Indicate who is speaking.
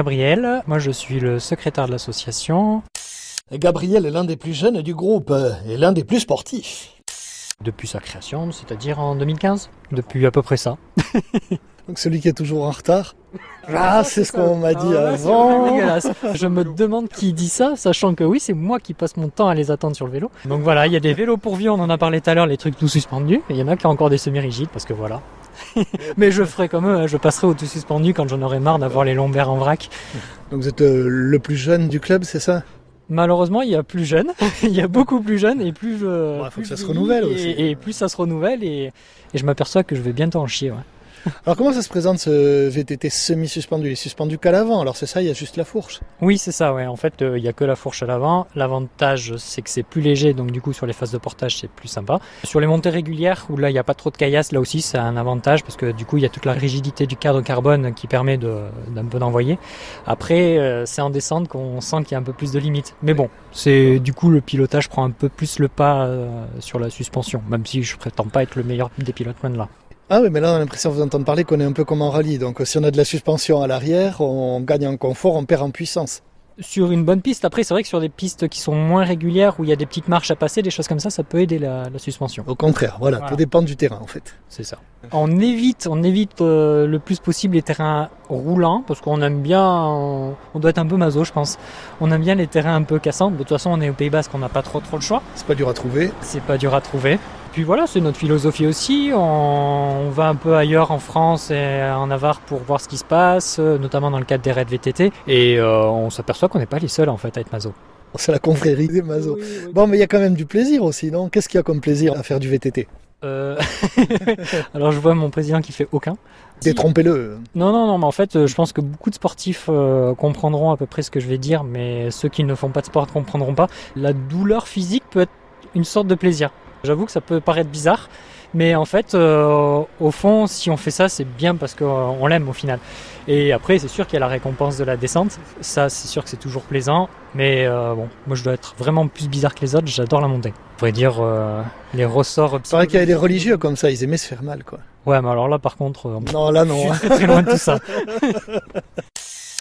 Speaker 1: Gabriel, moi je suis le secrétaire de l'association.
Speaker 2: Gabriel est l'un des plus jeunes du groupe euh, et l'un des plus sportifs.
Speaker 1: Depuis sa création, c'est-à-dire en 2015 Depuis à peu près ça.
Speaker 2: Donc celui qui est toujours en retard. Ah, c'est ce qu'on m'a dit
Speaker 1: Ah ouais, c'est vraiment
Speaker 2: avant.
Speaker 1: dégueulasse. Je me demande qui dit ça, sachant que oui, c'est moi qui passe mon temps à les attendre sur le vélo. Donc voilà, il y a des vélos pour vieux, on en a parlé tout à l'heure, les trucs tout suspendus. Et il y en a qui ont encore des semi-rigides, parce que voilà. Mais je ferai comme eux, hein, je passerai au tout suspendu quand j'en aurai marre d'avoir les lombaires en vrac.
Speaker 2: Donc vous êtes euh, le plus jeune du club, c'est ça
Speaker 1: Malheureusement, il y a plus jeune, il y a beaucoup plus jeune et plus. je-
Speaker 2: Ouais, faut
Speaker 1: plus
Speaker 2: que ça
Speaker 1: je
Speaker 2: se
Speaker 1: vieillis
Speaker 2: renouvelle
Speaker 1: et-
Speaker 2: aussi.
Speaker 1: Et, plus ça se renouvelle et, et je m'aperçois que je vais bientôt en chier. ouais.
Speaker 2: Alors comment ça se présente ce VTT semi-suspendu Il est suspendu qu'à l'avant, alors c'est ça, il y a juste la fourche.
Speaker 1: Oui, c'est ça, ouais. En fait, euh, il n'y a que la fourche à l'avant. L'avantage, c'est que c'est plus léger, donc du coup, sur les phases de portage, c'est plus sympa. Sur les montées régulières, où là, il n'y a pas trop de caillasse, là aussi, c'est un avantage, parce que du coup, il y a toute la rigidité du cadre carbone qui permet de, d'un peu d'envoyer. Après, euh, c'est en descente qu'on sent qu'il y a un peu plus de limites. Mais bon, c'est du coup, le pilotage prend un peu plus le pas euh, sur la suspension, même si je prétends pas être le meilleur des pilotes loin de là.
Speaker 2: Ah oui, mais là on a l'impression de vous entendre parler qu'on est un peu comme en rallye. Donc euh, si on a de la suspension à l'arrière, on gagne en confort, on perd en puissance.
Speaker 1: sur une bonne piste. Après, c'est vrai que sur des pistes qui sont moins régulières, où il y a des petites marches à passer, des choses comme ça, ça peut aider la, la suspension.
Speaker 2: Au contraire, voilà,
Speaker 1: Voilà.
Speaker 2: tout dépend du terrain en fait.
Speaker 1: C'est ça. On évite, on évite euh, le plus possible les terrains roulants parce qu'on aime bien, on, on doit être un peu maso, je pense. On aime bien les terrains un peu cassants. De toute façon, on est au Pays Basque, on n'a pas trop trop le choix.
Speaker 2: C'est pas dur à trouver.
Speaker 1: C'est pas dur à trouver. Puis voilà, c'est notre philosophie aussi. On, on va un peu ailleurs en France et en Navarre pour voir ce qui se passe, euh, notamment dans le cadre des raids VTT. Et euh, on s'aperçoit qu'on n'est pas les seuls en fait à être maso.
Speaker 2: C'est la confrérie des Mazos. Bon, mais il y a quand même du plaisir aussi, non Qu'est-ce qu'il y a comme plaisir à faire du VTT
Speaker 1: Euh, Alors je vois mon président qui fait aucun. Si.
Speaker 2: Détrompez-le.
Speaker 1: Non, non, non, mais en fait, euh, je pense que beaucoup de sportifs euh, comprendront à peu près ce que je vais dire, mais ceux qui ne font pas de sport comprendront pas. La douleur physique peut être une sorte de plaisir. J'avoue que ça peut paraître bizarre, mais en fait, euh, au fond, si on fait ça, c'est bien parce qu'on l'aime au final. Et après, c'est sûr qu'il y a la récompense de la descente. Ça, c'est sûr que c'est toujours plaisant, mais euh, bon, moi, je dois être vraiment plus bizarre que les autres. J'adore la montée. On pourrait dire euh, les ressorts.
Speaker 2: Il paraît qu'il y avait des religieux comme ça, ils aimaient se faire mal, quoi.
Speaker 1: Ouais, mais alors là, par contre, euh,
Speaker 2: Non, là non.
Speaker 1: je suis très, très loin de tout ça.